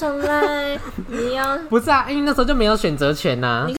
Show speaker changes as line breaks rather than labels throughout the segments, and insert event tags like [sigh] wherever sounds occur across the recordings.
什么？你要
不是啊，因为那时候就没有选择权啊呐、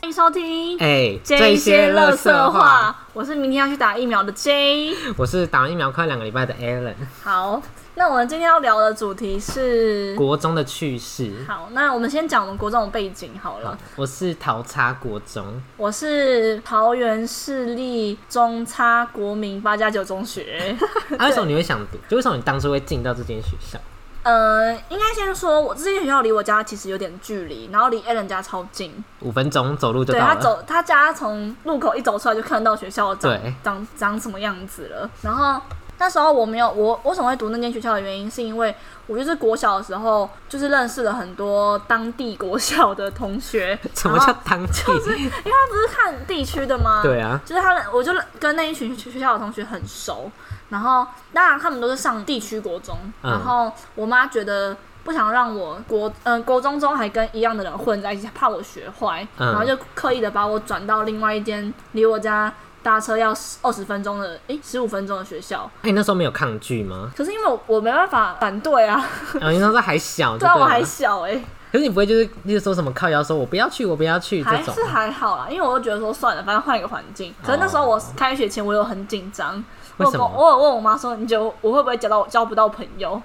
欢迎收听
哎、
这一些
乐
乐
色
色话，我是明天要去打疫苗的 J。
我是打完疫苗快两个礼拜的 Alan，
好，那我们今天要聊的主题是。
国中的趣事。
好，那我们先讲我们国中的背景好了。
我是桃叉国中，
我是桃园市立中差国民八加九中学。
啊、为什么你会想读？就为什么你当初会进到这间学校？
呃，应该先说，我这间学校离我家其实有点距离，然后离 Allen 家超近。
五分钟走路就
对
到
他
了。
走，他家从路口一走出来就看到学校长
对
长长什么样子了。然后那时候我没有我我为什么会读那间学校的原因，是因为我就是国小的时候就是认识了很多当地国小的同学，
什么
然
叫
后
当季？
因为他不哦是看地区的吗？
对啊，
就是他们，我就跟那一群学校的同学很熟，然后当然他们都是上地区国中，
嗯
然后我妈觉得不想让我国嗯、国中中还跟一样的人混在一起，怕我学坏，
嗯
然后就刻意的把我转到另外一间离我家搭车要二十分钟的诶十五分钟的学校，
哎、你那时候没有抗拒
[laughs]
吗？
可是因为我我没办法反对啊，
啊，你那时候还小就
对
对
啊
了，
我还小诶，
可是你不会就是就是说什么靠腰说我不要去，我不要去这
还
种
是还好啦，因为我就觉得说算了，反正换一个环境。可是那时候我开学前我有很紧张，我
哦为
有
什
跟
么
我有问我妈说，你觉得我会不会交到交不到朋友？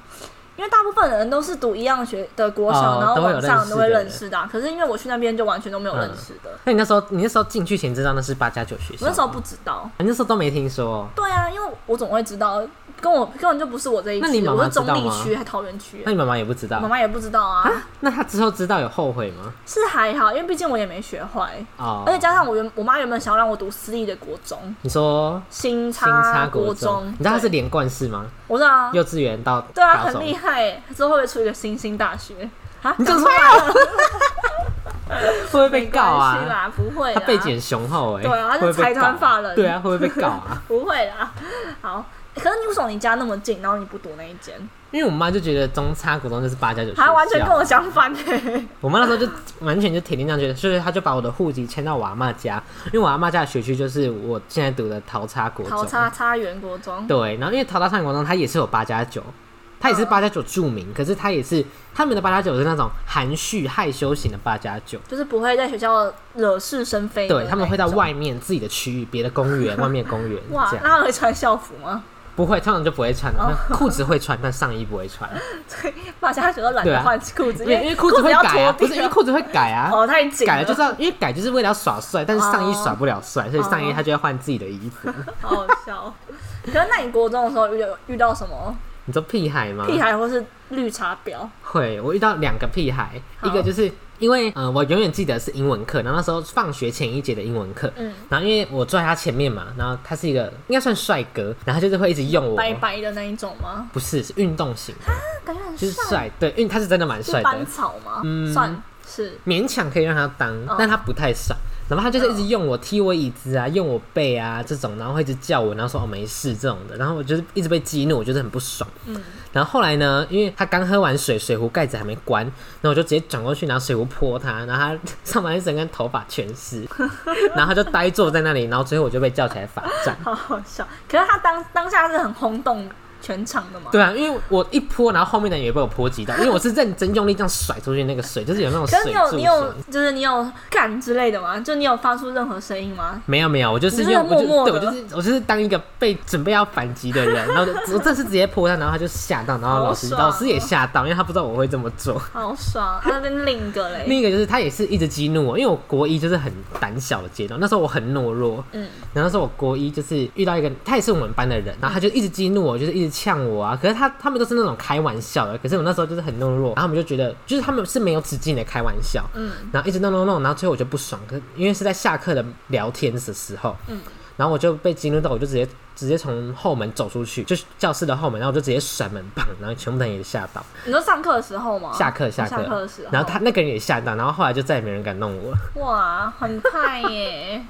因为大部分人都是读一样学的国小，
哦
然后
都会有
晚上
认识
都会
的嗯
认识的啊、可是因为我去那边就完全都没有认识的，
那你那时候你那时候进去前知道那是八加九学校
我
吗？
那时候不知道。
你那时候都没听说。
对啊，因为我怎么会知道？跟我根本就不是我这一
那你
区，
妈妈
我是中
知道
立
吗
区还桃园区啊
那，你妈妈也不知道
妈？妈也不知道啊。
那她之后知道有后悔吗？
是还好，因为毕竟我也没学坏，
哦，
而且加上我原我妈原本想要让我读私立的国中，
你说
新
新差
差
国
中，
你知道它是
对
连贯式吗？
我知道啊，
幼稚园到
对啊，
高中
很厉害耶。之后会不会出一个新兴大学啊？
[laughs] 你讲出来
来了，
[laughs] 会不会
[laughs]
被
没
告
关系
啊？
啦，不会
他
啦，
背景很雄厚哎、
对啊他是
会不会被
财团
告
法人
对啊，会不会被告啊？ [laughs]
不会啦。好，可是你为什么你家那么近，然后你不读那一间？
因为我妈就觉得中差国中就是八加九学校，
还完全跟我相反欸耶。
我妈那时候就完全就铁定这样觉得，所以她就把我的户籍迁到我阿妈家，因为我阿妈家的学区就是我现在读的桃差国中。
桃叉叉园国中，
对，然后因为桃大上国中它也是有八加九，它也是八加九著名，可是它也是他们的八加九是那种含蓄害羞型的八加九，
就是不会在学校惹是生非的那一种。
对他们会到外面自己的区域，别的公园、外面的公园
[laughs] 哇哦
这，样，
那会穿校服吗？ [laughs]
不会，通常就不会穿了，裤子会穿，但上衣不会穿，
对，把家学都懒
对
得
啊
换裤子，
因为因为裤
子
子会
要
改啊，
脱
不是因为
掉。
裤子会
[laughs]
改啊。
哦，太紧
改了就是要，因为改就是为了要耍帅，但是上衣
哦
耍不了帅，所以上衣
哦
他就要换自己的
[laughs]
衣服。
好好笑哦。可是那你国中的时候遇到遇到什么
你说屁孩吗？
屁孩或是绿茶婊？
会，我遇到两个屁孩，
好
一个就是因为呃，我永远记得是英文课，然后那时候放学前一节的英文课，
嗯
然后因为我坐在他前面嘛，然后他是一个应该算帅哥，然后他就是会一直用我，
白白的那一种吗？
不是是运动型的，
感觉很
就是
帅，
帅，对，因为他是真的蛮帅
是
的
班，草吗？
嗯
算是
勉强可以让他当，
哦
但他不太帅。然后他就是一直用我踢我椅子啊，用我背啊这种，然后会一直叫我，然后说哦没事这种的，然后我就是一直被激怒，我就是很不爽。
嗯
然后后来呢，因为他刚喝完水，水壶盖子还没关，那我就直接转过去拿水壶泼他，然后他 [laughs] 上半身跟头发全
[laughs]
湿，然后他就呆坐在那里，然后最后我就被叫起来罚站。
好好笑。可是他当当下是很轰动全场的嘛？
对啊，因为我一泼，然后后面的人也被我泼及到，因为我是认真用力这样甩出去那个水，就是有那种
可是
水
你有
柱
你有
声。
就是你有干之类的吗？就你有发出任何声音吗？
没有没有，我就是
你就是
用我就
默默
对
地
我就是我就是当一个被准备要反击的人，然后就我这次直接泼他，然后他就吓到，然后老师
好爽哦
老师也吓到，因为他不知道我会这么做。
好
[laughs]
爽！啊他那边另一个嘞，
另一个就是他也是一直激怒我，因为我国一就是很胆小的阶段，那时候我很懦弱，
嗯，
然后那时候我国一就是遇到一个他也是我们班的人，然后他就一直激怒我，就是一直呛我啊。可是他他们都是那种开玩笑的，可是我那时候就是很懦弱，然后他们就觉得就是他们是没有止境的开玩笑，
嗯，
然后一直弄弄弄，然后最后我就不爽，可是因为是在下课的聊天的时候，
嗯。
然后我就被激怒到，我就直接直接从后门走出去，就是教室的后门，然后我就直接甩门，砰！然后全部的人也吓到。
你说上课的时候吗？
下课下课
哦下课的时候，
然后他那个人也吓到，然后后来就再也没人敢弄我了。
哇，很派耶！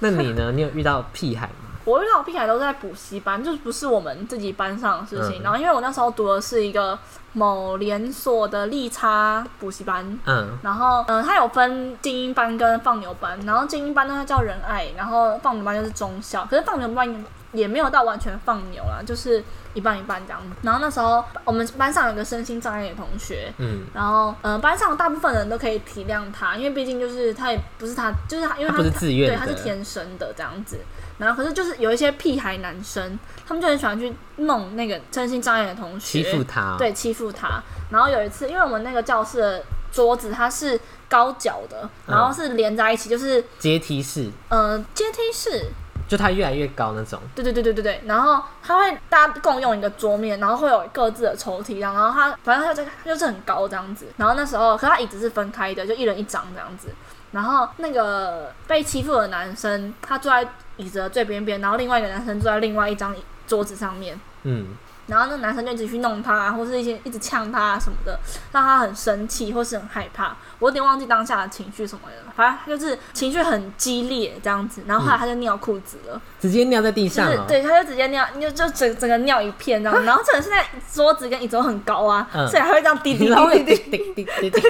那你呢？你有遇到屁孩吗？
我遇到的屁孩都是在补习班，就是不是我们自己班上的事情。
嗯
然后因为我那时候读的是一个某连锁的利差补习班。
嗯，
然后，嗯、它有分精英班跟放牛班，然后精英班呢它叫仁爱，然后放牛班就是中校，可是放牛班也没有到完全放牛啦，就是一半一半这样。然后那时候我们班上有个身心障碍的同学，
嗯，
然后呃班上大部分人都可以体谅他，因为毕竟就是他也不是他，就是他因为
他
他
不是自愿
对他是
的
天生的这样子。然后可是就是有一些屁孩男生，他们就很喜欢去弄那个身心障碍的同学，
欺负他、哦，
对，欺负他。然后有一次，因为我们那个教室的桌子它是高脚的，然
嗯
后是连在一起，就是
阶梯式，
呃阶梯式。
就他越来越高那种，
对对对对对对，然后它会大家共用一个桌面，然后会有各自的抽屉这样，然后它反正它就它就是很高这样子，然后那时候可它椅子是分开的，就一人一张这样子，然后那个被欺负的男生他坐在椅子的最边边，然后另外一个男生坐在另外一张桌子上面，
嗯，
然后那男生就一直去弄他、啊，或是一些一直呛他、啊、什么的，让他很生气或是很害怕。我有点忘记当下的情绪什么的，反正他就是情绪很激烈这样子。然后后来他就尿裤子了，
直接尿在地
就
上哦
是
了、
对，他就直接尿，就就整整个尿一片这样。然后这人现在桌子跟椅子都很高啊，
啊嗯
所以还会这样滴滴
[laughs] 然后
滴滴
滴
滴。
滴滴滴滴，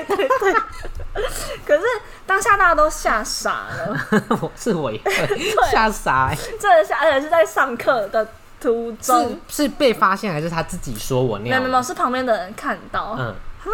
可是当下大家都吓傻了，
[laughs] 我是我也会吓傻、欸，
这人吓，而且是在上课的途中
是，是被发现还是他自己说我
没有
尿？
没有没有，是旁边的人看到，啊
嗯，
好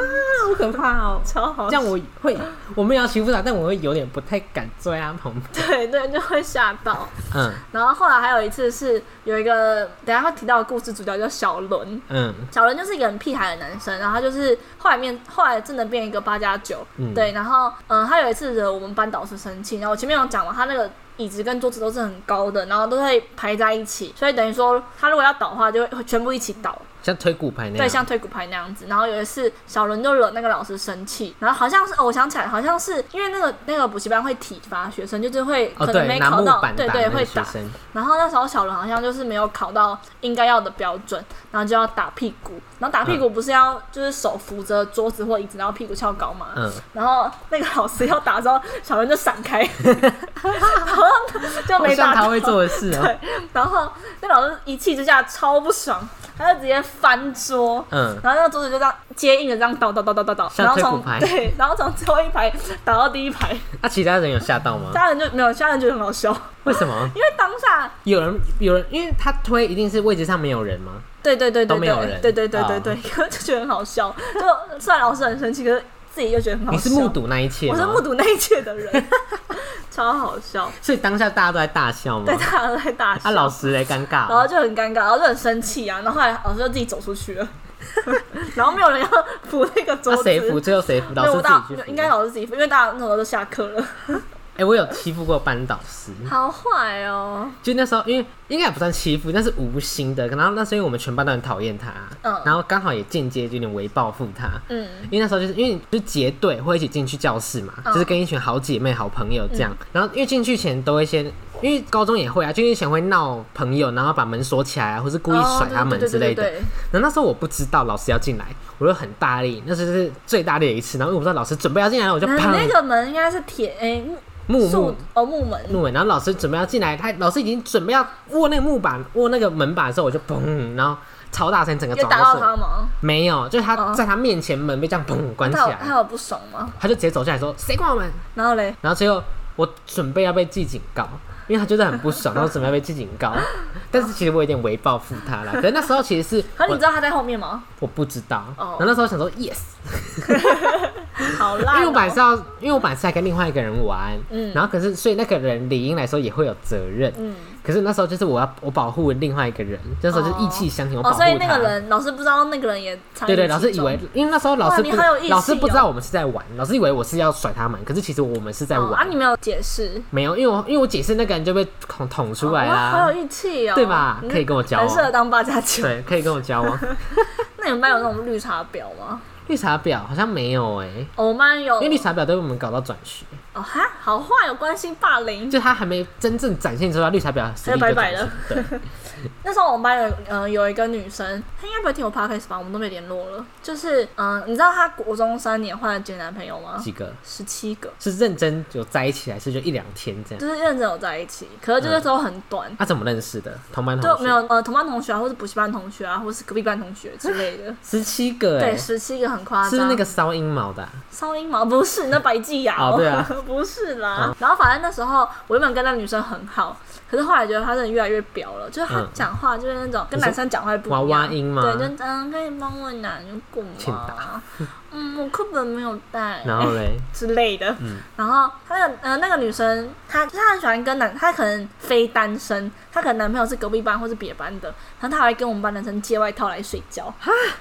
可怕哦，超好
这样我会我没有要欺负他，但我会有点不太敢坐在他旁
[laughs]
边，
对对，就会吓到。
嗯
然后后来还有一次是有一个，等一下会提到的故事主角叫小伦，
嗯
小伦就是一个很屁孩的男生，然后他就是后来面后来真的变一个八加九
嗯，
对，然后嗯，他有一次惹我们班导师生气，然后我前面有讲嘛，他那个椅子跟桌子都是很高的，然后都会排在一起，所以等于说他如果要倒的话，就会会全部一起倒，
像推骨牌那
对，
样，
像推骨牌那样子。然后有一次，小伦就惹那个老师生气，然后好像是、哦、我想起来，好像是因为那个那个补习班会体罚学生，就是会可
哦
能
对，
没
拿
考
木
到，
板
对
打
对
那个
会
学
打。
生，
然后那时候小伦好像就是没有考到应该要的标准，然后就要打屁股，然后打屁股不是要就是手扶着桌子或椅子，然后屁股翘高嘛。
嗯，
然后那个老师要打的时候，小伦就闪开，
[laughs]
好像就
好
没
像
打
他
到。
会做的事哦、
对，然后那老师一气之下超不爽，他就直接翻桌，
嗯，
然后那个桌子就这样接应的这样倒倒倒倒倒倒，
像
然后
推骨
从
牌
对，然后从最后一排倒到第一排，
那、其他人有吓到吗？
家人就没有，家人觉得很好笑，
为什么？
因为当下
有人有人，因为他推一定是位置上没有人吗？
对对对
都
对
没有人啊
对对对对对对，可是就觉得很好笑， [laughs] 就虽然老师很生气，可是自己又觉得很好
你
笑。
是目，睹那一切吗？
我是目睹那一切的人， [laughs] 超好笑，
所以当下大家都在大笑吗
对，？大家都在大笑，
啊，老师嘞，尴
然
尬
后
哦，
就很尴尬，然后就很生气啊，然后后来老师就自己走出去了， [laughs] 然后没有人要扶那个桌
那
子，
谁扶？最后谁扶？老
没有
师
大
自己去扶。
应该老师自己扶，因为大家那时候都下课了，
哎、我有欺负过班导师，
好坏哦，
就那时候，因为应该也不算欺负，但是无心的。然后那时候因为我们全班都很讨厌他，
嗯
然后刚好也间接就有点微报复他。
嗯，
因为那时候就是因为就结队会一起进去教室嘛，
嗯
就是跟一群好姐妹、好朋友这样。然后因为进去前都会先，因为高中也会啊，就以前会闹朋友，然后把门锁起来啊，或是故意甩他们
哦对
之
对
类
对对。
的
对对
然后那时候我不知道老师要进来，我就很大力，那时候是最大力的一次。然后因为我不知道老师准备要进来了，我就
那
砰
那个门应该是铁诶木
木木
树哦木门，
木门，然后老师准备要进来，他老师已经准备要握那个木板、握那个门把的时候，我就砰，然后超大声，整个
有
转
打
过
到
去
他吗？
没有，就是他
哦
在他面前门被这样砰关起
他有他
来，
有不爽吗？
他就直接走下来说：“谁关我门
然后嘞？”，
然后最后我准备要被记警告，因为他觉得很不爽，然后准备要被记警
[laughs]
告。但是其实我有点微报复他啦，可是那时候其实是
可是你
我
知道他在后面吗？
我不知道，
哦
然后那时候想说 yes，
好
因
烂
为
哦、
我本来是要，因为我本来是在跟另外一个人玩，
嗯
然后可是所以那个人理应来说也会有责任，
嗯，
可是那时候就是我要我保护另外一个人，那时候就是意气相挺，我保
哦，
护他。
所以那个人老师不知道那个人也参与
对对，
其
老师以
中哦
为，因为那时候老
哇
师
你
不、
好有义气
老师不知
哦
道我们是在玩，老师以为我是要甩他们，可是其实我们是在
哦啊，
玩。
你没有解释，
没有，因为我因为我解释那个人就被捅捅出来
哇，
啦
好，有义气哦，
啊对吧？
嗯
可以跟我交
很适合
往，
当八加九。
对，可以跟我交往。 [laughs]
那你们班有那种绿茶婊吗？
绿茶婊好像没有哎、
哦我们班有，
因为绿茶婊都被我们搞到转学，
哦哈，好坏有关系霸凌。
就他还没真正展现出来绿茶婊的实力就
拜拜
转学
了
对，
那时候我们班有呃有一个女生，她应该不会听我 podcast 吧？我们都没联络了。就是嗯、呃你知道她国中三年换了几个男朋友吗？
几个
十七个，
是认真有在一起，还是就一两天这样？
就是认真有在一起，可是
嗯
就是都很短。
他、怎么认识的？同班同
就
学 [laughs]。
没有呃同班同学啊，或是补习班同学啊，或是隔壁班同学之类的
十七个哎、
对，十七个很夸张。
是不是那个烧阴毛的啊、
烧阴毛不是，那白季雅、
哦对啊，
[laughs] 不是啦。然后反正那时候我原本跟那女生很好，可是后来觉得她真的越来越婊了，就是她
嗯
讲话就是那种跟
你说
男生讲话不一
娃
样。
娃音吗
对，就嗯，可以帮我拿一个
欠
吗？啊嗯，我课本没有带。
然
[laughs]
后嘞，
之类的，
嗯
然后她那个呃那个女生，她她很喜欢跟男，她可能非单身，她可能男朋友是隔壁班或是别班的，然后她还会跟我们班男生借外套来睡觉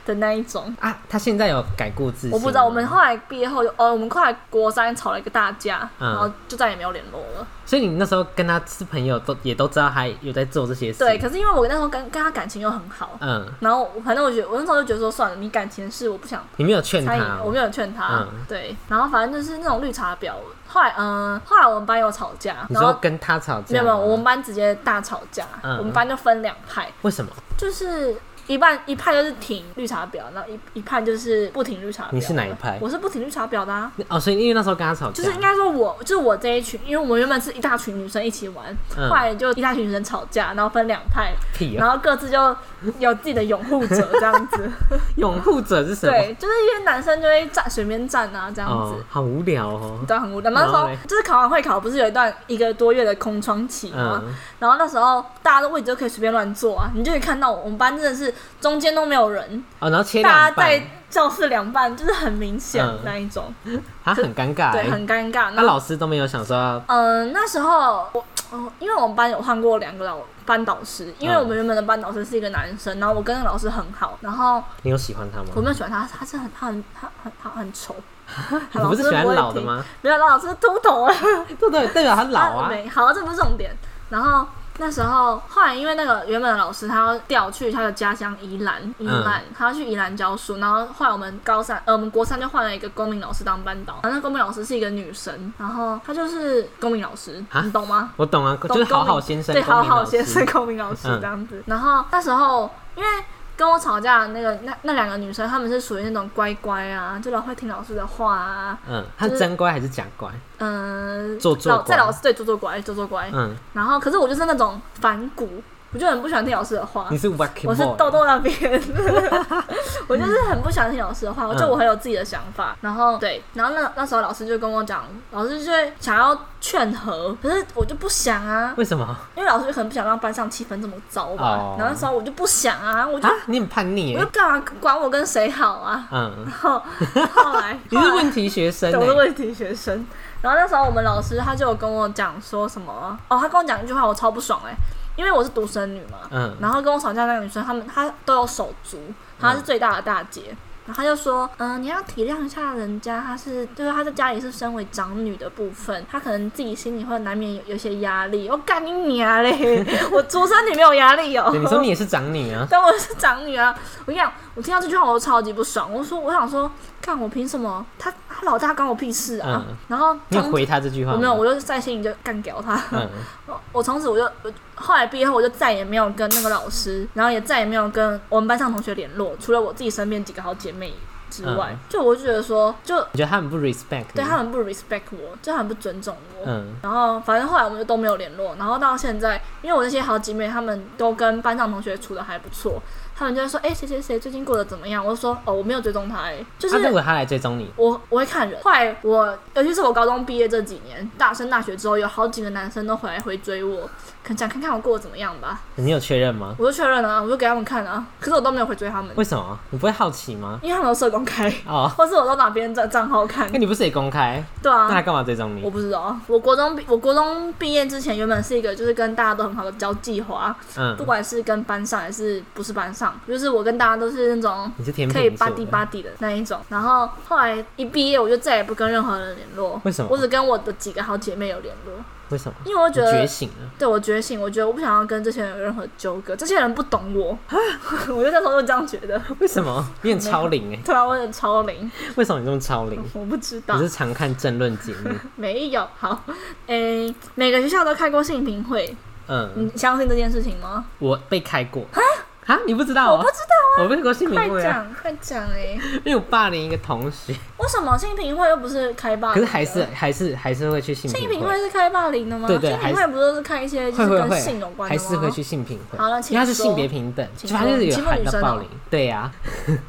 的那一种。
啊，他现在有改过自新吗，
我不知道，我们后来毕业后就，哦，我们后来国三吵了一个大架，
嗯
然后就再也没有联络了。
所以你那时候跟他是朋友都也都知道他有在做这些事，
对，，可是因为我那时候跟跟他感情又很好，
嗯，
然后我反正我觉得我那时候就觉得说算了，你感情的事我不想
你没有劝
参与
他，
我
哦，
没有劝他。
嗯
对，然后反正就是那种绿茶婊。后来嗯、后来我们班有吵架，
你
然
说
后。
跟他吵架，
没有没有，我们班直接大吵架，
嗯
我们班就分两派，
为什么？
就是一半一派就是挺绿茶婊，然后一一派就是不挺绿茶婊。
你是哪一派
我是不挺绿茶婊的啊。
哦，所以因为那时候跟他吵
就
架，
是应该说我，就是我这一群，因为我们原本是一大群女生一起玩，
嗯
后来就一大群女生吵架，然后分两派，
屁
然
啊，
后各自就有自己的拥护者这样
[laughs]
子。
拥护者是什么？
对，就是一些男生就会站水面站啊这样子。
哦，好无聊哦，
对，很无聊。那时
然后
候
嘞
就是考完会考，不是有一段一个多月的空窗期吗？
嗯，
然后那时候大家的位置都可以随便乱坐啊，你就可以看到我们班真的是中间都没有人，
哦，然后切
大
两
家在
半，
教室两半，就是很明显
嗯
那一种，
他很尴尬
对，
欸，
很尴尬。
那
然后
老师都没有想说要，
嗯，那时候我，嗯因为我们班有换过两个老班导师，因为
嗯
我们原本的班导师是一个男生，然后我跟那个老师很好，然后
你有喜欢他
我
吗？
没有喜欢他，他是很他很他很他很
[laughs]
丑，
你不是喜欢老的吗？
没有，那老师秃头啊了，
[laughs] 对对，代表他老
他
啊，
没好，这不是重点。然后那时候后来因为那个原本的老师他要调去他的家乡宜兰，宜
嗯
兰、他要去宜兰教书，然后后来我们高三呃我们国三就换了一个公民老师当班导，然后那公民老师是一个女生，然后她就是公民老师，
啊
你懂吗？
我懂啊，就是好好先生，
对，
公
好
民老
好先生
师，
公民老师
嗯
这样子。然后那时候因为。跟我吵架的那个那那两个女生，她们是属于那种乖乖啊，就老会听老师的话啊，
嗯，他
就是
真乖还是假乖？
嗯、
做作
老在
乖
老师对做做乖，做做乖，
嗯，
然后可是我就是那种反骨，我就很不喜欢听老师的话
你。是 wacky
我是
boy，
豆豆那边， [laughs] 我就是很不喜欢听老师的话，我就
嗯
我很有自己的想法。然后对，然后那那时候老师就跟我讲，老师就会想要劝和，可是我就不想啊，
为什么啊？
因为老师可能不想让班上气氛这么糟吧。
哦
然后那时候我就不想啊，我就
[laughs] 你很叛逆
我
欸
就，干嘛管我跟谁好啊？
嗯，
然后后来
[laughs] 你
后
是
来
问题学生
对，我是
欸，
问题学生。然后那时候我们老师他就有跟我讲说什么哦，他跟我讲一句话，我超不爽哎、因为我是独生女嘛。
嗯，
然后跟我吵架那个女生，她们她都有手足，她是最大的大姐。然后她就说，嗯、你要体谅一下人家，她是就是她在家里是身为长女的部分，她可能自己心里会难免有有些压力。我干你娘嘞！ [laughs] 我独生女没有压力哦。
对，你说你也是长女
[laughs]
啊，
但我是长女啊！我跟你讲，我听到这句话我都超级不爽。我说，我想说，看我凭什么？他他老大关我屁事啊！
嗯
然后
你有
从
回他这句话
我
吗？
没有，我就在心里就干掉他。
嗯，
我我从此我就我后来毕业后，我就再也没有跟那个老师，然后也再也没有跟我们班上同学联络，除了我自己身边几个好姐妹之外，
嗯
就我就觉得说，就
你觉得他很不 respect，
对
你
他，很不 respect 我，就很不尊重我。
嗯，
然后反正后来我们就都没有联络，然后到现在，因为我那些好姐妹她们都跟班上同学处的还不错，她们就会说，哎、谁谁谁最近过得怎么样？我就说，哦，我没有追踪她、哎，就
啊如
是
果他来追踪你，
我我会看人。后来我，尤其是我高中毕业这几年，大升大学之后，有好几个男生都回来回追我，可想看看我过得怎么样吧，
你有确认吗？
我就确认了、啊，我就给他们看了、啊，可是我都没有回追他们，
为什么？你不会好奇吗？
因为他们有社工开，
哦，
或是我都拿别人的账号看
哎那，你不是也公开？
对啊，
那他干嘛追踪
我
你？
不知道，我国中毕我国中毕业之前，原本是一个就是跟大家都很好的交际花，
嗯
不，管是跟班上还是不是班上，就是我跟大家都是那种
你是甜品
可以
是不
吧
是
唧吧唧的那一种。然后后来一毕业，我就再也不跟任何人联络。
为什么
我只跟我的几个好姐妹有联络，
为什么？
因为我
你
觉得
觉。醒了，
对我觉醒，我觉得我不想要跟这些人有任何纠葛，这些人不懂我， [laughs] 我就那时候就这样觉得。
为什么？你很超龄哎，
突然我很超龄，
为什么你这么超龄？
我不知道
你。是常看政论节
[laughs]
目？
没有，好，诶、每个学校都开过性平会，
嗯，
你相信这件事情吗？
我被开过啊，你不知道？
我不知道，
道，我被过性
快
平会啊，
讲快讲哎、
因为我霸凌一个同学，
为什么性平会又不是开霸
可
凌
是
的？
还是还是还是会去性
啊性
平
平
会
会，是开霸凌的吗？
对对
性
还
平
是
会不都是开一些就
会
是
会
跟性有
会，
关的
还
吗？
是会去性平会。
好了
因
请
为他是
说
性别平等，
请
就他就是
说
有
欺负
喊
女
到
生
霸
哦
凌，对呀、啊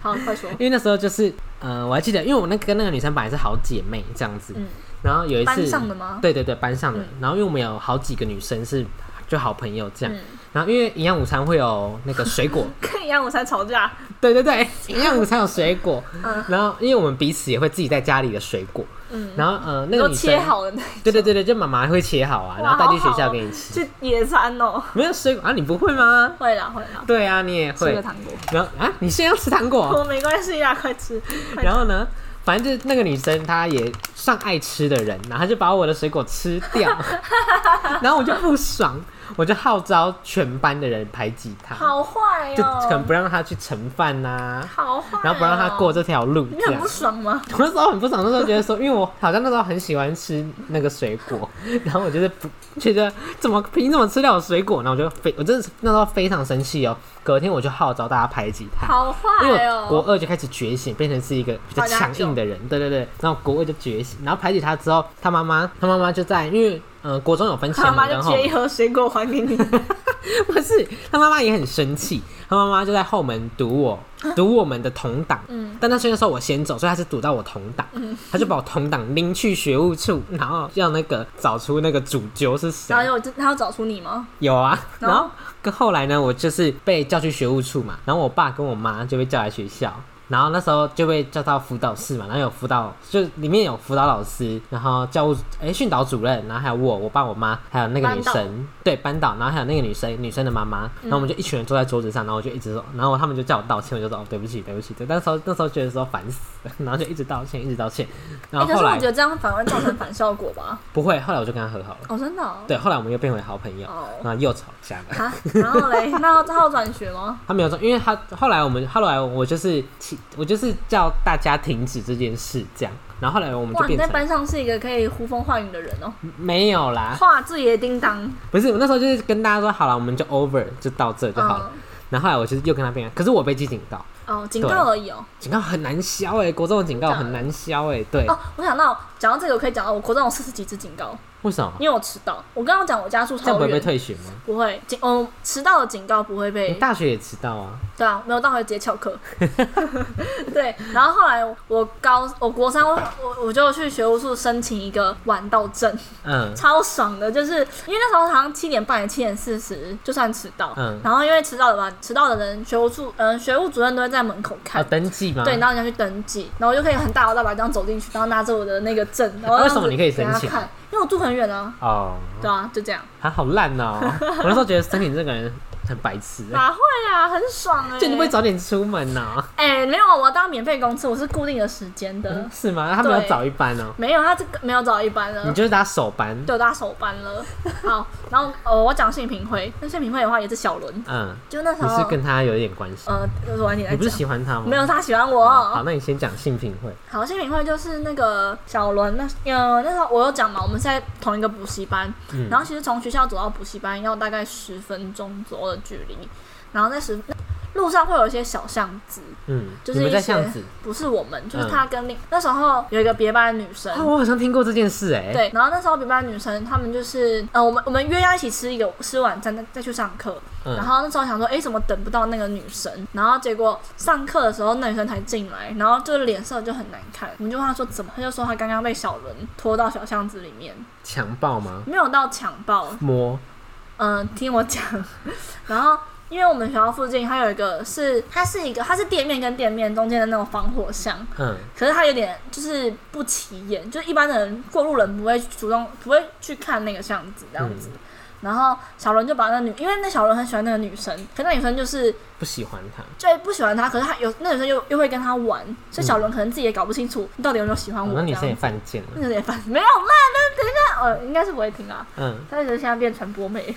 好，快说。
因为那时候就是呃，我还记得，因为我那个跟那个女生本来是好姐妹这样子，
嗯
然后有一次
班上的吗？
对对对，班上的。然后因为我们有好几个女生是就好朋友这样，
嗯
然后因为营养午餐会有那个
[laughs]
水果，
跟一样我才吵架，
对对对，营养午餐有水果，
嗯
然后因为我们彼此也会自己带家里的水果，
嗯，
然后呃那
都
个女
切
生，
好的那
对对对对，就妈妈会切好啊，然后带去学校给
[laughs]
你吃。
去野餐哦，
没有水果啊，你不会吗？
会啦会啦，
对啊，你也
吃
会
个。糖果，
然后啊，你现在要吃糖果？
我没关系啦，快吃，快
然后呢，反正就是那个女生她也算爱吃的人，然后她就把我的水果吃掉，
[laughs]
然后我就不爽，我就号召全班的人排挤她，
好坏
就可能
哦，
不让她去盛饭呐、
好坏哦，
然后不让她过这条路
你
这
很
样
不。爽吗？
我那时候很不爽，那时候觉得说，因为我好像那时候很喜欢吃那个水果， [laughs] 然后我就是不觉得怎么凭什么吃掉我水果，然后我就非我真的是那时候非常生气哦。隔天我就号召大家排挤她。
好
因为
坏
我国
哦，
二就开始觉醒，变成是一个比较强硬的人，对对对。然后国二就觉醒，然后排挤他之后，他妈妈，他妈妈就在，因为呃国中有分前
他妈
门
就
跟后
切一
门，
盒水果还给
[laughs]
你，
不是，他妈妈也很生气，他妈妈就在后门堵我，堵我们的同党。
嗯
但那时候那时候我先走，所以他是堵到我同党，他就把我同党拎去学务处，然后要那个找出那个主揪是谁
然。后又他要找出你吗？
有啊，
[laughs] 然
然
后
后跟后来呢，我就是被叫去学务处嘛，然后我爸跟我妈就被叫来学校。然后那时候就被叫到辅导室嘛，然后有辅导，就里面有辅导老师，然后教务哎训导主任，然后还有我、我爸、我妈，还有那个女
班嗯
生，对班导，然后还有那个女生，女生的妈妈，然后我们就一群人坐在桌子上，然后我就一直说，然后他们就叫我道歉，我就说哦对不起对
[laughs]
不起，对，那时候那时候觉得说烦死了，然后就一直道歉一直道歉，然
欸
后
可
后
是我
来、
觉得这样反而会造成反效果吧？
不会，后来我就跟他和好了，
[laughs] 哦，真的哦。
对，后来我们又变回好朋友，
哦
然后又吵架了。
啊，然后嘞，那他要转学吗？
他没有做，因为他后来我们后来我就是起我就是叫大家停止这件事这样，然后后来我们就
哇，你
变
在
成
班上是一个可以呼风唤雨的人哦，
没有啦，
画自己的叮当。嗯
不是我那时候就是跟大家说好了，我们就 over 就到这就好了。然后后来我就是又跟他变，可是我被记警告，
嗯哦，警告而已哦。
警告很难消哎、国中的警告很难消哎、对，
哦，我想到讲到这个，我可以讲到我国中有四十几次警告，
为什么？
因为我迟到。我刚刚讲我家住
这样
桃
不会被
园，
退嗯学吗？
不会警哦，迟到的警告不会
你
被。
大学也迟到啊，
对啊，没有到会直接翘课。对，然后后来我高我国三我我我就去学务处申请一个晚到证。
嗯，
超爽的，就是因为那时候好像七点半、七点四十就算迟到，
嗯
然后因为迟到的嘛，迟到的人学务处，嗯、学务主任都会在门口
要
看。
哦登记吗？
对，然后你要去登记，然后我就可以很大摇大摆这样走进去，然后拿着我的那个证，然后
为什
这
么
样子
你可以申
给他
请
看？因为我住很远啊，
哦，
对啊，就这样。
他好烂
[laughs]
哦、我那时候觉得森林这个人很白痴、欸，
哪会啊，很爽哎、
就你不会早点出门哦呐、
哎、没有，我当免费公司，我是固定的时间的，
嗯是吗？他没有
对
早一班哦、
没有，他这个没有早一班了
你。就是打手班，
对，我搭手班了。好，然后呃，我讲性平会，那性平会的话也是小伦，
嗯，
就那时
你
候
是跟他有一点关系，
呃，就是晚点
你
来
不是
讲。
喜欢他吗？
没有，他喜欢我。
哦。好，那你先讲性品会，
好，性平会就是那个小伦，那呃那时候我有讲嘛，我们是在同一个补习班，
嗯
然后其实从学校走到补习班要大概十分钟左右的距离，然后在十路上会有一些小巷子，
嗯，
就是
你们
一
在
些
巷子
不是我们，
嗯
就是他跟另、那时候有一个别班的女生。
啊，我好像听过这件事哎、
嗯对，然后那时候别班的女生，她们就是，呃，我们我们约要一起吃一个吃晚餐，再再去上课。
嗯
然后那时候想说，诶，怎么等不到那个女生？然后结果上课的时候，那女生才进来，然后就是脸色就很难看。我们就问她说怎么，她就说她刚刚被小伦拖到小巷子里面，
强暴吗？
没有到强暴，
摸，
嗯、听我讲。然后因为我们学校附近还有一个是，它是一个它是店面跟店面中间的那种防火巷，
嗯
可是它有点就是不起眼，就是一般的人过路人不会主动不会去看那个巷子这样子。然后小伦就把那女，因为那小伦很喜欢那个女生，可那女生就是
不喜欢他，
就不喜欢他，可是他有那女生又又会跟他玩，所以小伦可能自己也搞不清楚你到底有没有喜欢
哦
我。
那
这
女
样
生也犯贱了，
那有点烦，没有啦，那等一下，呃，应该是不会听啊。
嗯，
但是现在变传播妹，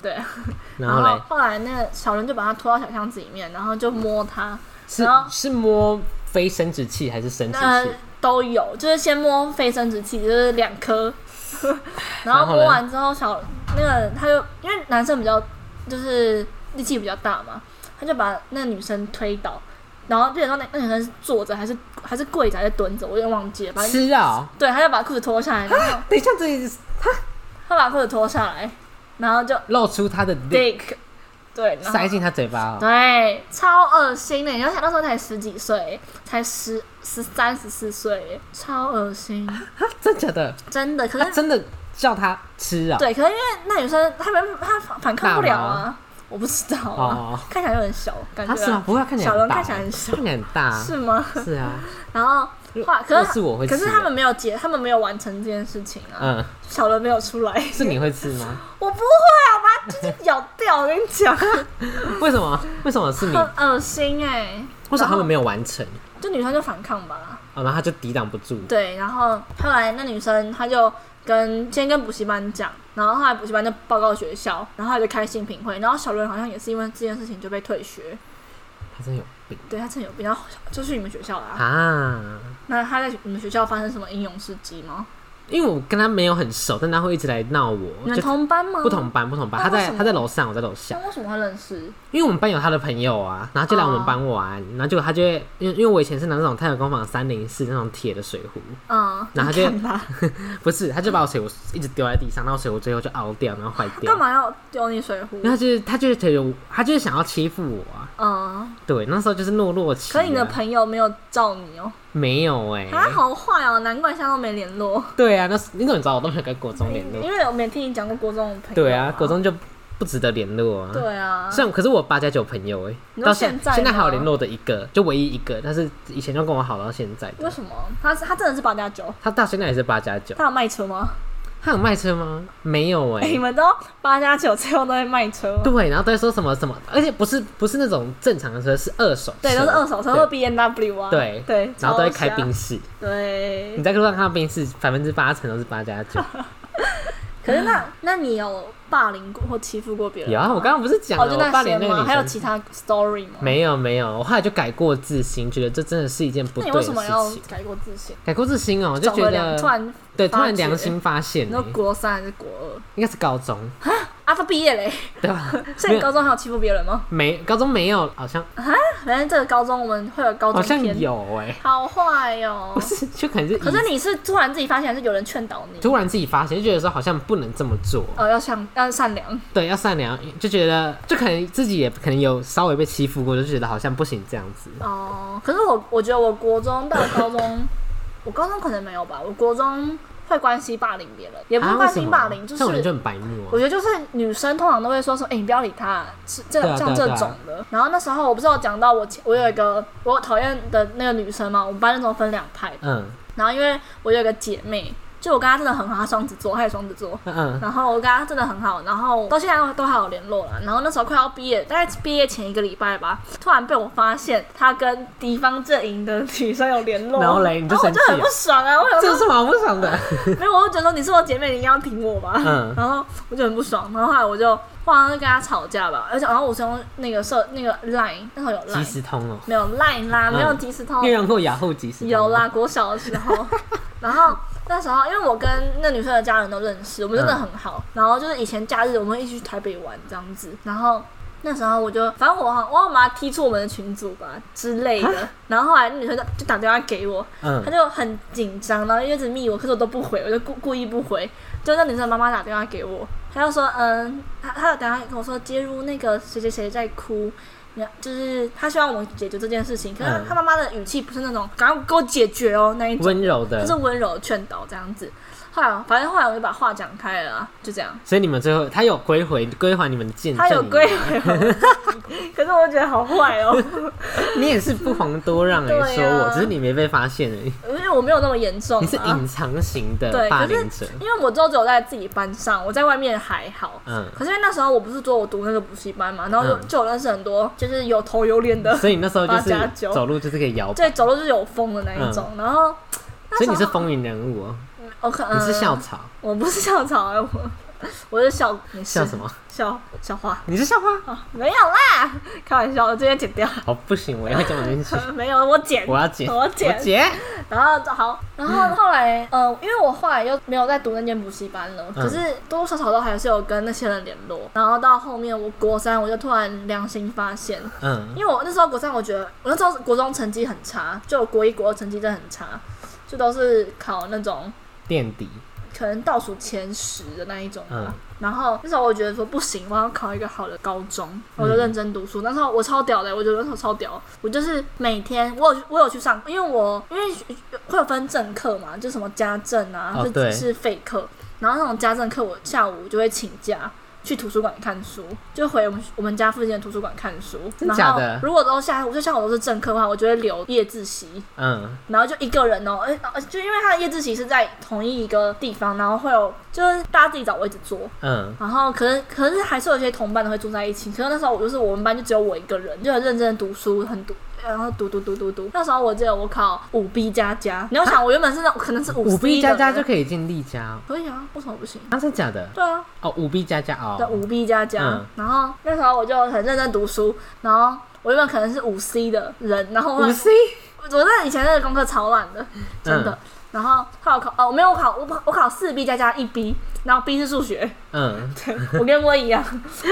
对。
[laughs] 然后嘞，
后来那个小伦就把他拖到小巷子里面，然后就摸他，
是
然后
是摸非生殖器还是生殖
那
器？
都有，就是先摸非生殖器，就是两
[laughs]
颗，然后摸完之后小那个他就因为男生比较就是力气比较大嘛，他就把那女生推倒，然后变成那那女生是坐着还是还是跪着还是蹲着，我有点忘记了，反正
吃啊、
对，他就把裤子脱下来，然后
等一下，这里
他把裤子脱下来，然后就
露出他的
dick 对，然后
塞进他嘴巴、哦，
对，超恶心的。你要想那时候才十几岁，才十十三十四岁，超恶心，
真假的？
真的。可
他
是
啊真的叫他吃
嗯
啊、
对，可是因为那女生她没她反抗不了
大
啊，我不知道啊，
哦
看起来就很小，感觉、啊
他是啊吗？不会，看起来
小
很
龙
大，欸
看起来很小
看起来很大啊，
是
[laughs]
吗？
是啊。
然后话可
要
是
是我会吃
可
的，
是他们没有结，他们没有完成这件事情啊，
嗯，
小伦没有出来，
是你会吃吗？
我不会啊，我把它 [laughs] 就是咬掉，我跟你
[laughs]
讲，
为什么？为什么是你？
很恶心哎、
为什么他们没有完成？
就女生就反抗吧，
哦，然后他就抵挡不住，
对，然后后来那女生她就跟先跟补习班讲，然后后来补习班就报告学校，然后她就开性评会，然后小伦好像也是因为这件事情就被退学，
他真有病
对他真的有比较就去你们学校啦、
啊！
那他在你们学校发生什么英勇事迹吗？
因为我跟他没有很熟，但他会一直来闹
你
我，
们
就
同班吗？
不同。班，不同班。
那
他
为什
在
么
他在楼上，我在楼下
那。为什么会认识？
因为我们班有他的朋友啊，然后就来我
哦
们班玩，然后就他就会，因为因为我以前是拿那种太阳工坊三零四那种铁的水壶，
嗯，
然后他
你
就
看吧，
不是，他就把我水壶一直丢在地上，然后水壶最后就凹掉，然后坏掉
干。嘛要丢你水壶
因为？他就是他就是觉得我他就是想要欺负我啊，
嗯，
对，那时候就是懦弱期啊、
可是你的朋友没有罩你哦，
没有哎、
他好坏哦，难怪现在都没联络。
对啊，那是你怎么知道我都没有跟国中联
因
络？
为我没听你讲过国中的朋友。
对啊，国。中就不值得联络啊。
对啊。
虽然可是我八加九朋友哎、
你说
到现
现在吗
现在还有联络的一个，就唯一一个，但是以前就跟我好到现在
为
的。
什么？他是他真的是八加九？
他到现在也是八加九，
他有卖车吗？
他有卖车吗？没有哎、
哎、 [laughs] 你们都八加九，最后都会卖车吗？
对，然后都会说什么什么，而且不是不是那种正常的车，是二手车，
对，都是二手车，
对
都 B N W 啊。
对
对，
然后都会
超
开
瞎
宾。士，
对
你，在路上看到宾士，百分之八成都是八加
[laughs]
九。
可是那那你有霸凌过或欺负过别人
有
吗？
啊，我刚刚不是讲
哦，
了，
就
我
那
霸凌
些
那个女
吗？
生，
还有其他 story 吗？。
没有没有，我后来就改过自新，觉得这真的是一件不
那你
对
为什
的事
么要
情。
改过自新？
改过自新哦、我就
找
觉
了两，突
得
然
对，突
发
然
觉
良心发现
你
欸、
说国三还是国二？
应该是高
[laughs]
中
啊，他毕业嘞，
对吧？
所以你高中还有欺负别人吗？
没高中没有，好像
反正这个高中我们会有高
好
中
像
篇，
有哎、
好坏哦
不。是，就可能是
可是
以
你是突然自己发现，还是有人劝导你？
突然自己发现，就觉得说好像不能这么做，
哦，要善要善良，
对，要善良，就觉得就可能自己也可能有稍微被欺负过，就觉得好像不行这样子。
哦，可是我我觉得我国中到高中，我高中可能没有吧，我国中会关系霸凌别人，也不是
啊，为
关
什
心
么？
霸凌，就。
这种人就是很白目、
我
啊。
觉得就是女生通常都会说说，哎、你不要理他，是这
对啊
像
对
这
啊对啊
种的。然后那时候我不是有讲到我前我有一个我讨厌的那个女生嘛，我们班那时候分两派，
嗯
然后因为我有一个姐妹，就我跟她真的很好，她双子座，她也双子座，
嗯嗯，
然后我跟她真的很好，然后到现在都还有联络了。然后那时候快要毕业，大概毕业前一个礼拜吧，突然被我发现她跟敌方阵营的女生有联络，
然后嘞你就
然后我
生气
就很
啊
不爽啊！我有
这
时
有
候
什么好不
[laughs]
爽的？
没有，我就觉得说你是我姐妹，你应该要挺我吧。
嗯
然后我就很不爽，然后后来我就我好像就跟她吵架吧，而且然后我是用那个社那个 Line，那时候有
即
Line，
时通哦、
没有 Line 啦，没有
嗯
即时通
你，有用过雅虎即时通吗？哦
有啦，国小的时候，然后那时候因为我跟那女生的家人都认识，我们真的很好。然后就是以前假日我们一起去台北玩这样子，然后。那时候我就，反正我好，我好像把她踢出我们的群组吧之类的。然后后来那女生就就打电话给我，
嗯
她，就很紧张，然后一直密我，可是我都不回，我就故故意不回。就那女生的妈妈打电话给我，她就说，嗯，她她有打电话跟我说，接入那个谁谁谁在哭，那就是她希望我解决这件事情。可是她
嗯
她妈妈的语气不是那种赶快给我解决哦那一种，
[laughs] 温柔
她
的
是。温柔劝导这样子。后来反正后来我就把话讲开了啊，就这样。
所以你们最后他有归回归还你们的见证，
她有归回我，可是我觉 [laughs] 得好坏哦，
你也是不遑多让哎、
[laughs]
欸，
对
说
啊
我只是你没被发现而已，
因为我没有那么严重、啊。
你是隐藏型的
对，
霸
可
凌者
是，因为我之后只有在自己班上，我在外面还好。
嗯，
可是因为那时候我不是说我读那个补习班嘛，然后就
嗯
就有认识很多就是有头有脸
[laughs]
的，
所以你那时候就
八加
是
九
走路就是个摇摆，
对，走路就是有风的那一种。
嗯
然后那
所以
时候
你是风云人物哦、
我可
你是校
嗯，
草，
我不是校草、欸，我我 [laughs] 是校没事
校什
[laughs]
么？
校校花
你是校花？
啊，没有啦，开玩笑，我这边剪掉， [laughs]
哦，不行，我要讲进去，
没有我剪，
我要剪，
我
姐
剪，然后好，然后
嗯
后来，呃，因为我后来又没有再读那间补习班
嗯
了，可是多多少少都还是有跟那些人联络。然后到后面，我国三我就突然良心发现，
嗯，
因为我那时候国三，我觉得我那时候国中成绩很差，就我国一国二成绩真的很差，就都是考那种
垫底，
可能倒数前十的那一种吧。
嗯
然后那时候我觉得说不行，我要考一个好的高中，我就认真读书。那时候我超屌的，我觉得那时候超屌。我就是每天我有我有去上，因为我因为会有分正课嘛，就什么家政啊，
哦
是
对
是废课。然后那种家政课，我下午就会请假。去图书馆看书，就回我们我们家附近的图书馆看书。
真
然
假
后
的
如果都下午，就像我都是正课的话，我就会留夜自习。
嗯，
然后就一个人哦，而而就因为他的夜自习是在同一个地方，然后会有就是大家自己找位置坐，
嗯，
然后可能可是还是有一些同班的会住在一起，可是那时候我就是我们班就只有我一个人，就很认真的读书，很读。然后读读读读读，那时候我记得我考五 B 加加，你要想我原本是那可能是五
五 B
加
加加就可以进力加哦，
可以啊，为什么不行？
啊，真假的？
对啊，
哦，五 B 加加哦，
对五 B 加加、
嗯
然后那时候我就很认真读书，然后我原本可能是五 C 的人，然后 [laughs] 我
五 C，
我那以前那个功课超烂的，真的。
嗯
然后后来我考哦，我没有考，我考我考四 B 加加一 B，然后 B 是数学，
嗯，
[laughs] 我跟我一样，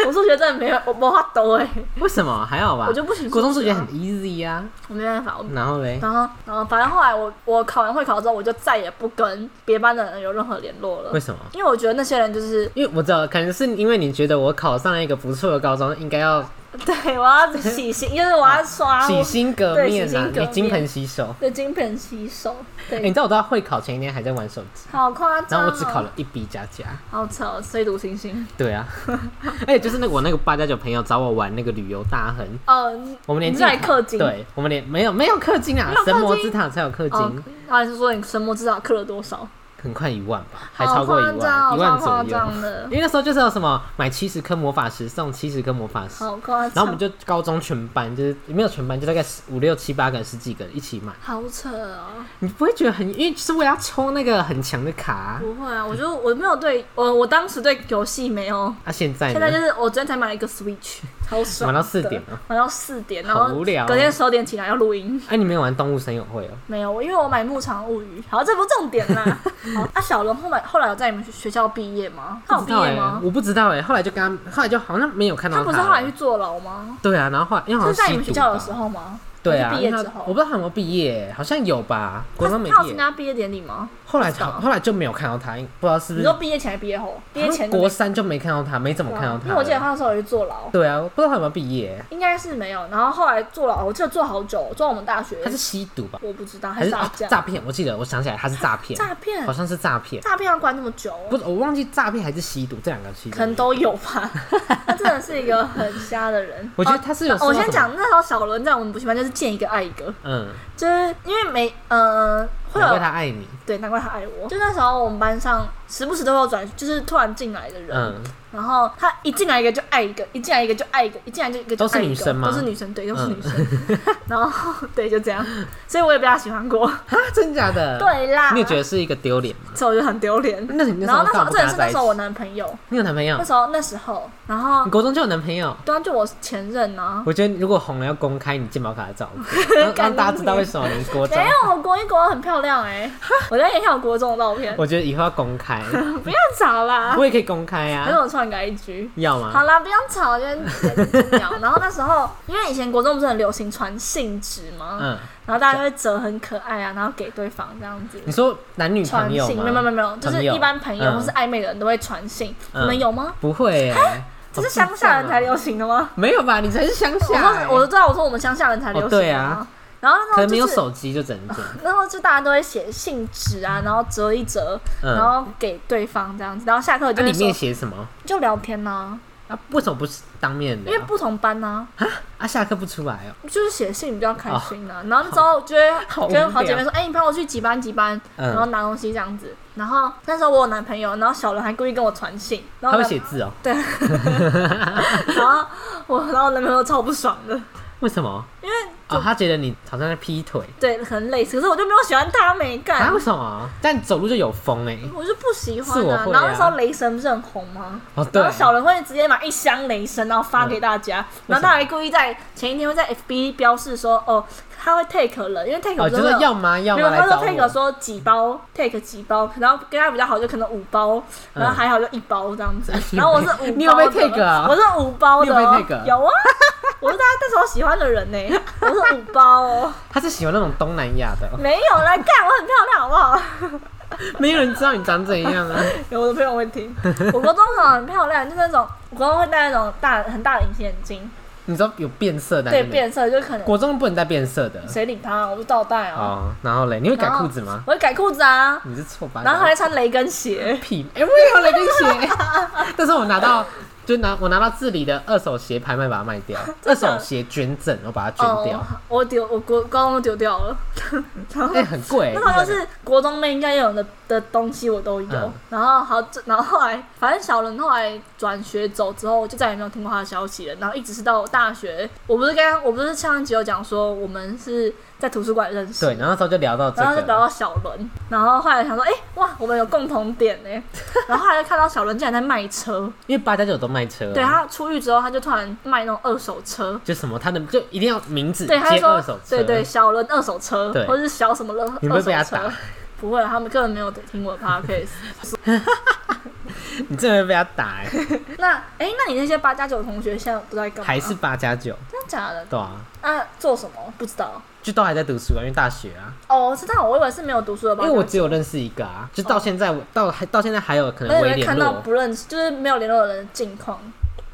我数学真的没有，我没法多哎，
为什么还好吧？
我就不行。
国中数
数
学
啊嗯
很 easy 啊，
我没办法，我
然后嘞，
然后然后反正后来我我考完会考之后，我就再也不跟别班的人有任何联络了
为，什么？
因为我觉得那些人就是 [laughs]
因为我知道，可能是因为你觉得我考上了一个不错的高中，应该要
对我要洗 [laughs] 心，就是我要刷
洗
我
心革
对
面
洗心
啊，
革嗯
你金盆
面
洗手。
的金盆洗手，
哎，
对
你，知道我到会考前一天还在玩手机，
好夸张、
然
哦。
后我只考了一 B 加加。
好扯，虽读星星。
对啊， [laughs] 而且就是那个我那个八加九朋友找我玩那个旅游大亨，
嗯、
我们连
你在氪金
对，我们连没有没有氪金啊
没有，氪金
神魔之塔才有氪
哦
金，，
他还是说你神魔之塔氪了多少？
很快一万吧，还
好
超过
夸
一
张
万，
哦，
一万
超
左
夸
右。
张的，
因为那时候就是有什么买七十颗魔法石送七十颗魔法石，
好夸
然后我们
张，
就高中全班就是也没有全班，就大概十五六七八个人十几个人一起买，
好扯哦！
你不会觉得很，因为是为了要抽那个很强的卡啊。
不会啊，我就我没有对我我当时对游戏没有，
啊现在
现在就
呢？
是我昨天才买了一个 Switch，超 [laughs] 爽的，
玩到四点了
玩到四点，然
好
后
无聊哦
隔天十点起来要录音。
哎，你没有玩动物森友会哦？
没有，我因为我买《牧场物语》，好，这不重点
[laughs]
啦。好，啊，小龙后来后来有在你们学校毕业吗？他有
不
毕
知道
业
哎
吗？
我不知道哎，后来就跟他，后来就好像没有看到
他不是后
了
来去坐牢吗？
对啊，然后后来因为好
是
像
在你
吸
们学
毒
校的
吧
时，候吗？
对啊，
还是毕业
因为
之
他
后
我不知道他有没有毕业，好像有吧，国中没
他他有参
毕业。
加毕业典礼吗？
后来
知道
后来就没有看到他，因不知道是
你
不是
说毕业前还是毕业后？毕业
嗯好像
前就没
国三就没看到他，没怎么
对啊
看到他了。
因为我记得他那时候有去坐牢，
对啊，不知道他有没有毕业，
应该是没有。然后后来坐牢，我记得坐好久，坐到我们大学
他。是吸毒吧？
我不知道，
还
还
是
是
哦
打架？
诈骗？我记得我想起来他是诈骗，
诈骗
好？像是诈骗，
诈骗要关那么久哦？
不，我忘记诈骗还是吸毒这两个其中
可能
一个。
都有吧。 [laughs] 他真的是一个很瞎的人。
我觉得他是有
哦
受到
我先
什么
讲，那时候小伦在我们补习班就是见一个爱一个，
嗯，
就是因为没呃会
难
有
怪他爱你，
对，难怪他爱我。就那时候我们班上时不时都会有转，就是突然进来的人，
嗯，
然后他一进来一个就爱一个，一进来一个就爱一个，一进来就一个就
都是
爱一个
女生吗
都是女生，对，都是
嗯
女生。
[laughs]
然后对，就这样，所以我也被他喜欢过。
啊，真假的？，
对啦，
你有觉得是一个丢脸吗？
所以我就很丢脸。
那你那
然后
时
那时
候干
候，
嘛不
这也
跟
是
他
那
在
时
一起
候？我男朋友，
你有男朋友
那？时候那时候，然后
你国中就有男朋友？
对啊，就我前任啊。
我觉得如果红了要公开你健保卡的照
[laughs]
片，让让大家知道为什么你国中
没。有，我国一国二很漂亮哎、我在影响我国中的照片，
我觉得以后要公开，
[laughs] 不要吵啦，
我也可以公开
还是
啊，
我创个 IG。
要吗？
好啦，不要吵，今天今天聊。然后那时候，因为以前国中不是很流行传信纸吗？
嗯，
然后大家就会折很可爱啊，然后给对方这样子。
你说男女
传
朋友
信
吗？
没有没有没有，就是
朋友
一般朋友
嗯
或是暧昧的人都会传信，
嗯
你们有吗？
不会欸，
啊这是
好
乡
智
下人
障哦
才流行的吗？
没有吧？你才是乡
我
下欸，
说我都知道，我说我们乡下人才流行的
哦对啊。
然后那
可
时候
能没有
就是，
手机就整整，
然后就大家都会写信纸啊，然后折一折，
嗯
然后给对方这样子，然后下课
那
就会
里面
说
写什么？
就聊天呐，
啊，为什么不是当面
因为
聊？
不同班呐，
啊，下课不出来哦。
就是写信比较开心啊。然后那时候就会
好
跟
无
好姐妹说，
聊
哎，你帮我去几班几班，
嗯
然后拿东西这样子。然后那时候我有男朋友，然后小伦还故意跟我传信，然后
他会
我
写
[laughs]
字哦？
对，然后我然后我男朋友超不爽的，
为什么？
因为
哦，他觉得你好像在劈腿
对很累，可是我就没有喜欢他没干
啊？。为什么？但走路就有风哎。
我就不喜欢
是我
啊，
会
然后那
啊
时候雷神不是很红吗？
哦，对嗯
然后，小人会直接买一箱雷神，然后发给大家，然后他还故意在前一天会在 FB 标示说，哦，他会 take 了，因为 take
哦，
不
就是是
会有
要吗？要
没
吗？
有，
来
他
找
说 take
我。
说几包 take 几包，然后跟他比较好就可能五包，然后还好就一包这样子。然后我是五包的，
嗯 [laughs] 你有被 take 啊
我是五包的哦，
你有被 take 啊
有啊，我是大家那时候喜欢的人呢、我是五包哦，
他是喜欢那种东南亚的哦。
没有来干，我很漂亮好不好？
没有人知道你长怎样啊。
[laughs] 有我的朋友会听。我国中长得很漂亮，就那种我国中会戴那种大很大的隐形眼镜，
你知道有变色的？
对，。变色就可能
国中不能带变色的。
谁理他，我就照戴啊。
哦，然后嘞，你会改
然后
裤子吗？
我会改裤子啊，
你是臭八
然后
嘎
还穿雷跟
[laughs]
鞋。
屁！哎、我也有雷跟鞋，但是我拿到就拿我拿到自理的二手鞋拍卖，把它卖
[laughs]
掉，二手鞋捐赠，我把它捐掉，
哦、我丢，我国高中都丢掉了。 [laughs] 然后
哎、很贵、
那好像是国中妹应该有的的东西，我都有。
嗯
然后好，这然后后来，反正小伦后来转学走之后，我就再也没有听过他的消息了。然后一直是到大学，我不是刚刚我不是上一集有讲说我们是在图书馆认识，
对，然后那时候就聊到这
然后就聊
个，
到小伦，然后后来想说，哎、哇，我们有共同点
[laughs]
呢。然后后来就看到小伦竟然在卖车，
因为八加九都卖车、啊，
对，他出狱之后，他就突然卖那种二手车，
就什么他的就一定要名字
对，他
接
就
二
说
手，车，
对对，小人二手车
对，
或者是小什么人
你会
二
被他
手
打
车，不会，他们根本没有听我的
[laughs]
podcast。
你真的会被他打、
[laughs]
欸，
那哎，那你那些八加九同学现在都在干嘛？
还是八加九，
真的假的？
对啊，
啊，做什么？不知道。
就都还在读书啊，因为大学啊，
哦，我知道，我以为是没有读书的
因
八
为我
加
只
九。
有认识一个啊，就到现在我到还到现在还有可能
那你
微
会看
联
到
络，
不认识，就是没有联络的人的近况。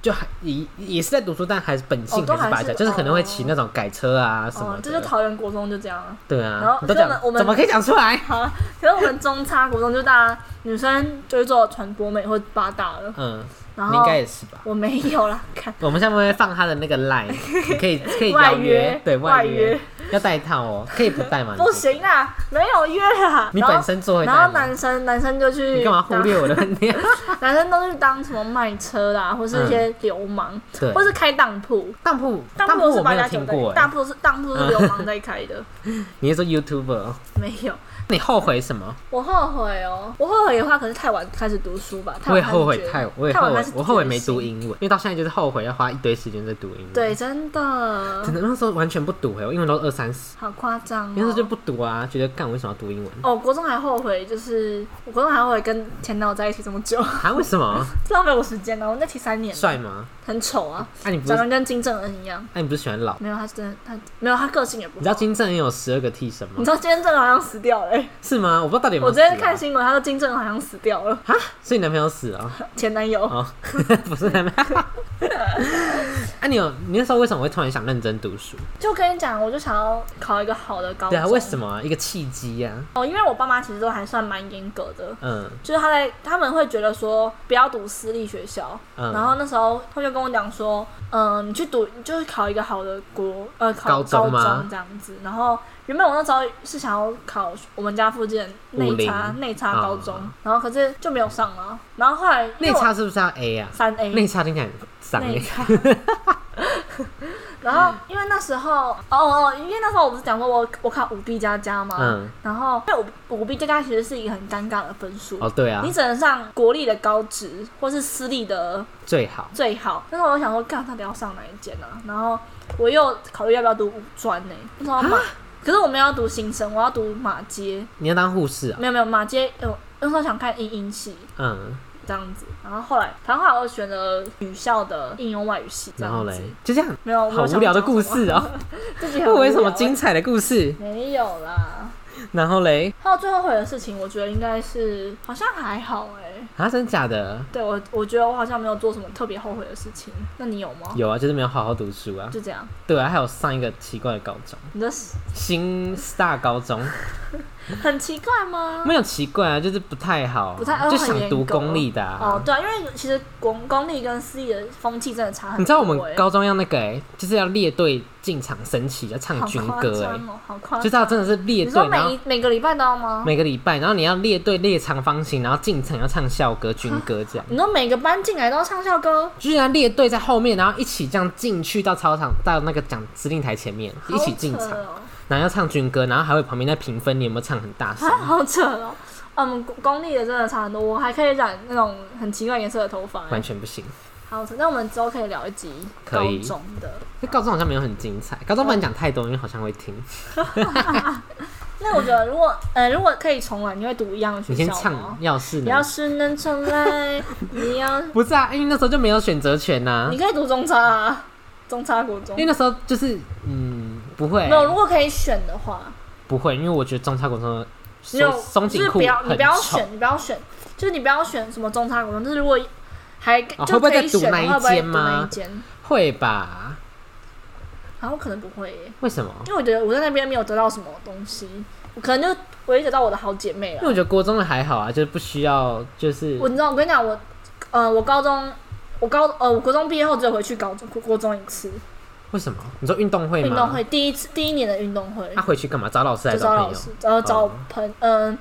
就还也也是在读书，但还是本性
哦都
还是
还
八加，
是
就是可能会骑那种改车啊什么
哦，
的，
这就桃园国中就这样啊。
对
然
啊
后，
你都
所以我们
讲
我们
怎么可以讲
[laughs]
出来？
好啊，可是我们中差国中就大家女生就是做传播美或者八大了，
嗯，
然
你应
后
该也是吧。
我没有啦，
[laughs]
看
我们下面会放他的
[laughs]
那个 line，你可以可以
外
邀约
约，
对
外
约
约
要带套哦，可以不带吗？
不，行啦，没有约啦。
你
然后
本身做会带
然后
吗？
男生男生就去
你干嘛忽略我的问
[laughs]
题？
当？男生都去当什么卖车啦，或是一些流氓，
嗯对
或，是开当铺。
当铺
当
当
铺
铺
是
我
八
没
加
有
九
听
的
过，，嗯
当
哎，
铺是当铺是流氓在开的，
你是说 YouTuber？哦
[laughs] 没有。
你后悔什么？
我后悔哦，我后悔的话，可是太晚开始读书吧，太
我
晚
也
开始
后悔
决定
太，我也
太
后
晚开
悔
始，
我后悔没
决心
读。英文，因为到现在就是后悔要花一堆时间在读英文。，
对，真的
真的那时候完全不读哎，我英文都二三十，
好夸张、哦。
那时候就不读啊，觉得干我为什么要读英文？
哦，国中还后悔，就是我国中还后悔跟前男友在一起这么久， [laughs]
啊，为什么？
这浪费我时间啊呢、我那提三年，
帅吗？
很丑啊，
啊，你不是
长得跟金正恩一样。
哎，你不是喜欢老？
没有，他是真的，他没有，他个性也不好。
你知道金正恩有十二个替身
你
吗？
知道今天正好像死掉了、欸
是 [laughs] 吗？我不知道到底有没有、
我
啊。
昨天看新闻，他说金正好像死掉了，
啊，所以你男朋友死了？
前男友。
哦， [laughs] 不是男朋友。啊，你有你那时候为什么会突然想认真读书？
就跟你讲，我就想要考一个好的高中。
对啊，为什
么？
么啊、一个契机呀、
哦，因为我爸妈其实都还算蛮严格的。
嗯，
就是他在，他们会觉得说不要读私立学校，
嗯
然后那时候他就跟我讲说，嗯，你去读就是考一个好的国，呃，考
高中吗
这样子。然后原本我那时候是想要考我们家附近的
武
内
林
差内差高中，
嗯
然后可是就没有上了。然后后来因为
内
我
差是不是要 A 啊？
三 A，
内差听起来很脏
那一
欸
场。 [laughs] 然后，因为那时候，哦哦，因为那时候我不是讲说我我考五 B 加加嘛，
嗯，
然后因为五五 B 加加其实是一个很尴尬的分数，
哦对啊
你，只能上国立的高职或是私立的
最好
最好。但是我想说，干到底要上哪一间呢、啊？然后我又考虑要不要读五专呢、那时候
啊
马，可是我没有要读新生，我要读马街，
你要当护士啊？
没有没有马街，有那时候想看英英系，
嗯，
这样子，然后后来，反正后来我选了语校的应用外语系，这
然后
样子
嘞，就这样，
没有，我没
好
有
无聊的故事哦、
[laughs] 想讲什么，自己
会
很
不
无
会
聊
有什么
欸
精彩的故事？
没有啦。
然后嘞，
还有最后悔的事情，我觉得应该是好像还好哎、
啊，真的假的？
对我，我觉得我好像没有做什么特别后悔的事情。那你有吗？
有啊，就是没有好好读书啊。
就这样，
对啊，还有上一个奇怪的高中，
你的
新 star 高中。
很奇怪吗？
没有奇怪啊，就是不太好，
不太
就想读公立的、
哦
啊。，
对啊，因为其实公公立跟私立的风气真的差很多、欸。
你知道我们高中要那个哎、就是要列队进场升旗，要唱
好
军
夸
歌哎、
张哦，好夸
就
张。
是要真的是列
你说
队，然
每
后
一每个礼拜都要吗？
每个礼拜，然后你要列队列长方形，然后进城要唱校歌、军歌
[laughs]
这样。
你说每个班进来都要唱校歌，
居然列队在后面，然后一起这样进去到操场，到那个讲司令台前面，一起进
好
场
扯，哦 [laughs]
然后要唱军歌，然后还会旁边在评分你有没有唱很大声
啊，。好扯哦！啊，我们公公立的真的差很多，我还可以染那种很奇怪颜色的头发、欸。
完全不行，
好扯，那我们之后可以聊一集
可
高
以
中的。
那高中好像没有很精彩。高中不能讲太多，因为好像会听。
那我觉得，如果呃，如果可以重来，你会读一样的学
你先
校
唱
吗？
《要是
你
能
要是能重
[laughs]
来，你要
不是啊，因为那时候就没有选择权呐、
你可以读中差啊，中差国中
因为。那时候就是嗯不会
没有，如果可以选的话，
不会，因为我觉得中差国中的
你有
松松
就
紧
是
裤
不要，你
很
不要
丑
选，你不要选，就是你不要选什么中差股东，就是如果还
哦
就
会不会
可
再
以
赌
选的
那一
话，会不会
间
赌
吗
那一间？
会吧？
然后可能不会耶，
为什么？
因为我觉得我在那边没有得到什么东西，我可能就唯一得到我的好姐妹
因为
了。
我觉得国中的还好啊，就是不需要，就是
我你知道，我跟你讲，我呃，我高中。我高呃，我国中毕业后只有回去高中国国中一次
为什么？你说运动会吗？
运动会，第一次第一年的运动会，
他、回去干嘛？找老师还
就是找
朋
老
友？
师，然后找
哦
朋嗯、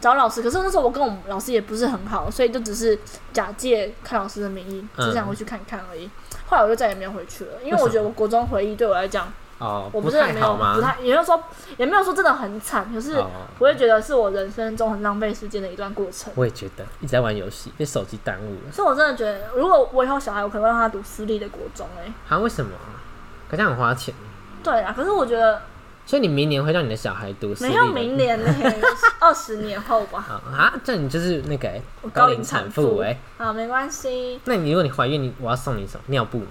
找老师。可是那时候我跟我们老师也不是很好，所以就只是假借看老师的名义，只
嗯
想回去看看而已。后来我就再也没有回去了，因为我觉得我国中回忆对我来讲，
哦，
我
不
不是
太
没有
好吗？
不太，也没有说也没有说真的很惨，可是
哦，
我会觉得是我人生中很浪费时间的一段过程。
我也觉得一直在玩游戏，被手机耽误了。
所以我真的觉得，如果我以后小孩，我可能会让他读私立的国中、欸。哎，
啊，为什么？可是很花钱，
对啊，可是我觉得
所以你明年会让你的小孩读私
没
立
有
的
明
[laughs]
年呢、二十年后吧。
啊啊，这样你就是那个、欸、
我高
高
龄
龄
产
产
妇
妇哎、
啊，没关系，
那你如果你怀孕，你我要送你什么尿布吗？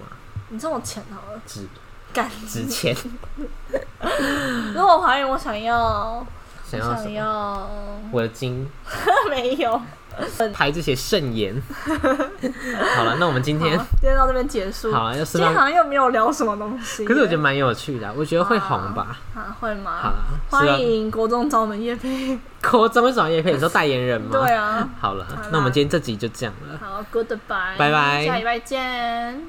你送我钱好了，
纸
干 [laughs]
纸钱，
如果我怀孕，我想要，
想
我
要什
想
么？
要， [laughs]
我的金
没有。啊
牌子写慎言。 [laughs] 好了，那我们今天
好今天到这边结束。
哎好啊要是
今天好
让，
像又没有聊什么东西耶。
可是我觉得蛮有趣的啊，我觉得会红吧。
啊，会
好
吗？
了，是啊
欢
要
迎国中找我们叶飞。
国中什么叶配？你说代言人吗？
对。啊，
好
好啦
了，那我们今天这集就这样了。
好，Goodbye，
拜拜
下礼拜见。